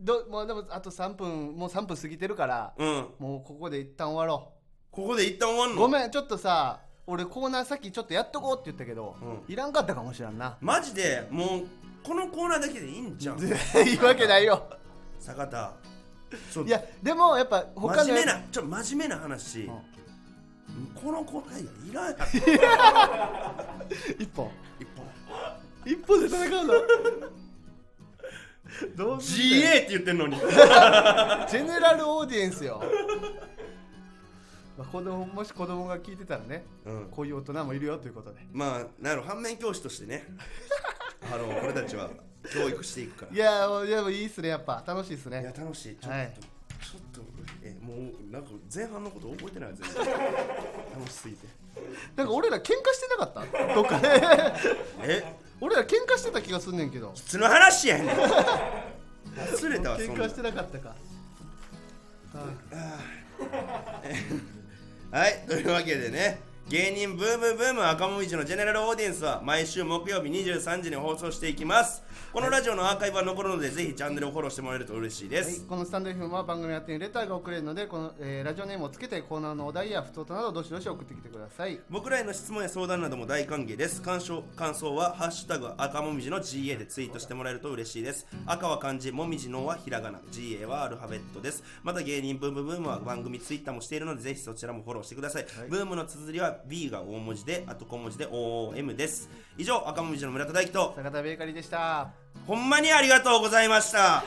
Speaker 2: どもうでもあと3分もう3分過ぎてるから、
Speaker 1: うん
Speaker 2: もうここで一旦終わろ
Speaker 1: ここで一旦終わん
Speaker 2: う
Speaker 1: の
Speaker 2: ごめんちょっとさ俺コーナーさっきちょっとやっとこうって言ったけど、
Speaker 1: う
Speaker 2: いらんかったかもしらんな
Speaker 1: マジでもうこのコーナーだけでいいんじゃん
Speaker 2: いいわけないよ
Speaker 1: 坂田ちょ
Speaker 2: いやでもやっぱ他の
Speaker 1: 真面目なちょ真面目な話、
Speaker 2: うん
Speaker 1: このコーナーいらんやろ
Speaker 2: 一本
Speaker 1: 一本
Speaker 2: 一本で戦うのどうすんだ
Speaker 1: GA
Speaker 2: よ
Speaker 1: って言ってんのに
Speaker 2: ジェネラルオーディエンスよ。まあ、子供もし子供が聞いてたらね、
Speaker 1: うん
Speaker 2: こういう大人もいるよということで。
Speaker 1: まあなる反面教師として
Speaker 2: <laughs>
Speaker 1: ねあの俺たちは教育していくから
Speaker 2: いやー、いやいいっすね、やっぱ楽しいっす
Speaker 1: い
Speaker 2: ね
Speaker 1: や。楽しいちょっと、
Speaker 2: はい
Speaker 1: ちょっとえもうなんか前半のこと覚えてない全然 <laughs> 楽しすぎて
Speaker 2: なんか俺ら喧嘩してなかったどっか <laughs> で。
Speaker 1: え
Speaker 2: 俺ら喧嘩してた気がすんねんけど。
Speaker 1: 普通の話
Speaker 2: <laughs>
Speaker 1: やねん忘れたわそ
Speaker 2: 喧
Speaker 1: んな
Speaker 2: 嘩
Speaker 1: ん
Speaker 2: してなかったか。はい
Speaker 1: はいというわけでね芸人ブームブーム赤もみじのジェネラルオーディエンスは毎週木曜日23時に放送していきますこのラジオのアーカイブは残るのでぜひチャンネルをフォローしてもらえると嬉しいで
Speaker 2: はい
Speaker 1: す、
Speaker 2: このスタンド FM は番組宛てにレターが送れるのでこの、えーラジオネームをつけてコーナーのお題や不登となどどしどし送ってきてください
Speaker 1: 僕らへの質問や相談なども大歓迎です感想感想は「ハッシュタグ赤もみじの GA」でツイートしてもらえると嬉しいです赤は漢字もみじのはひらがな GA はアルファベットですまた芸人ブームブームは番組ツイッターもしているのでぜひそちらもフォローしてください、ブームの綴りは B が大文字であと小文字で OOM です以上赤もみじの村田大樹と
Speaker 2: 坂田ベーカリーでした
Speaker 1: ほんまにありがとうございました